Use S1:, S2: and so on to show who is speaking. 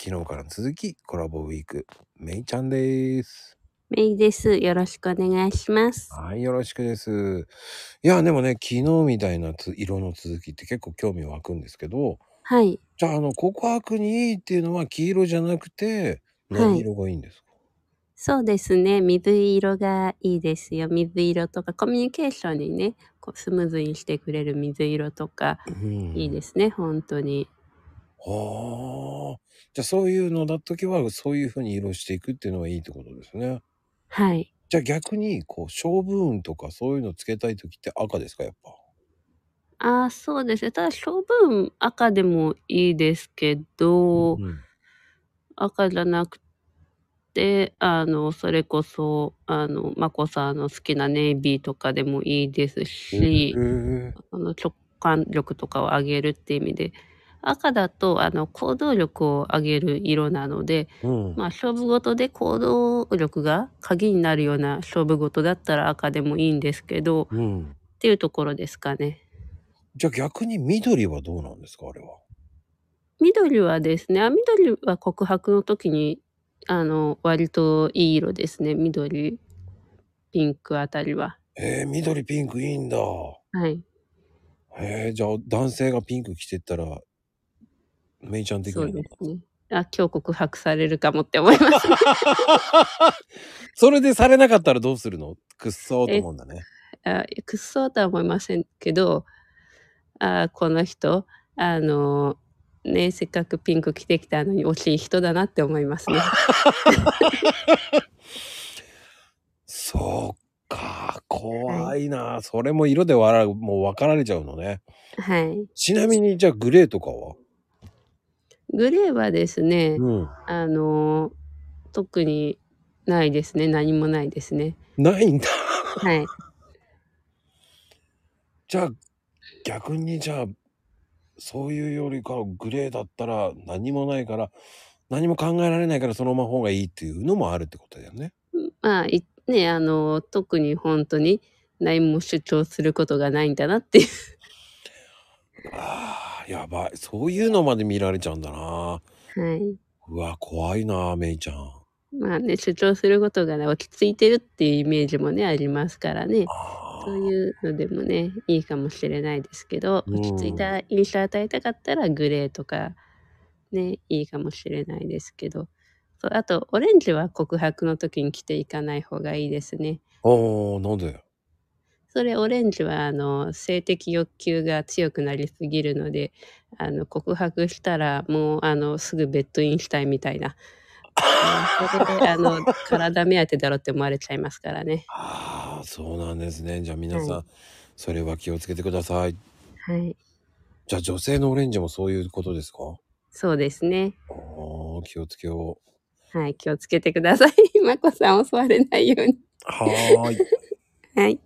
S1: 昨日からの続き、コラボウィーク、めいちゃんです。
S2: メイです。よろしくお願いします。
S1: はい、よろしくです。いや、でもね、昨日みたいなつ色の続きって結構興味湧くんですけど、
S2: はい。
S1: じゃあ、あの、告白にいいっていうのは黄色じゃなくて、何色がいいんですか、
S2: そうですね。水色がいいですよ。水色とか、コミュニケーションにね、こうスムーズにしてくれる水色とか、
S1: うん
S2: いいですね。本当に。
S1: はあ。じゃあ、そういうのだときは、そういうふうに色していくっていうのはいいってことですね。
S2: はい。
S1: じゃあ逆に、こう、勝負運とかそういうのつけたいときって赤ですか、やっぱ。
S2: ああ、そうですね。ただ、勝負赤でもいいですけど、
S1: うん
S2: 赤じゃなくて、あの、それこそ、あの、まこさんの好きなネイビーとかでもいいですし、
S1: へえ
S2: あの直感力とかを上げるっていう意味で赤だとあの行動力を上げる色なので、
S1: うん。
S2: まあ、勝負事で行動力が鍵になるような勝負事だったら赤でもいいんですけどっ
S1: うん。
S2: ていうところですかね。
S1: じゃあ逆に緑はどうなんですか、あれは。
S2: 緑はですねあ緑は告白の時にあの割といい色ですね緑ピンクあたりは。
S1: えー、緑ピンクいいんだ。
S2: はい、
S1: えー、じゃあ男性がピンク着てったら、めいちゃん的
S2: そ
S1: に
S2: う
S1: は
S2: ですね。あ今日告白されるかもって思います。
S1: それでされなかったらどうするのくっそーと思うんだね。
S2: あくっそうとは思いませんけどあこの人あのねせっかくピンク着てきたのに惜しい人だなって思いますね。
S1: そうか、怖いな。それも色で笑う、もう分かられちゃうのね。
S2: はい、
S1: ちなみに、じゃあグレーとかは
S2: グレーはですね、
S1: うん。
S2: あの特にないですね何もないですね。
S1: ないんだ。
S2: はい、
S1: じゃあ、逆にじゃあ、そういうよりかはグレーだったら何もないから、何も考えられないからそのまま方がいいっていうのもあるってことだよね。
S2: まあいねあの特に本当に何も主張することがないんだなっていう
S1: ああ、やばい。そういうのまで見られちゃうんだな。
S2: はい。
S1: うわ、怖いな、めいちゃん。
S2: まあね主張することがね落ち着いてるっていうイメージもねありますからね。
S1: あ
S2: そう
S1: ー
S2: いうのでもねいいかもしれないですけど
S1: うん
S2: 落ち着いた印象を与えたかったらグレーとかねいいかもしれないですけどそうあとオレンジは告白の時に着ていかない方がいいですね。
S1: あー、なんで
S2: それオレンジはあの性的欲求が強くなりすぎるのであの告白したらもうあのすぐベッドインしたいみたいなうんそれであの体目当てだろって思われちゃいますからね。
S1: ああ、そうなんですね。じゃあ皆さん、
S2: は
S1: それは気をつけてください。
S2: はい、
S1: じゃあ女性のオレンジもそういうことですか
S2: そうですね。
S1: あー気をつけよう。
S2: はい、気をつけてください。まこさん襲われないように。
S1: はーい。
S2: はい。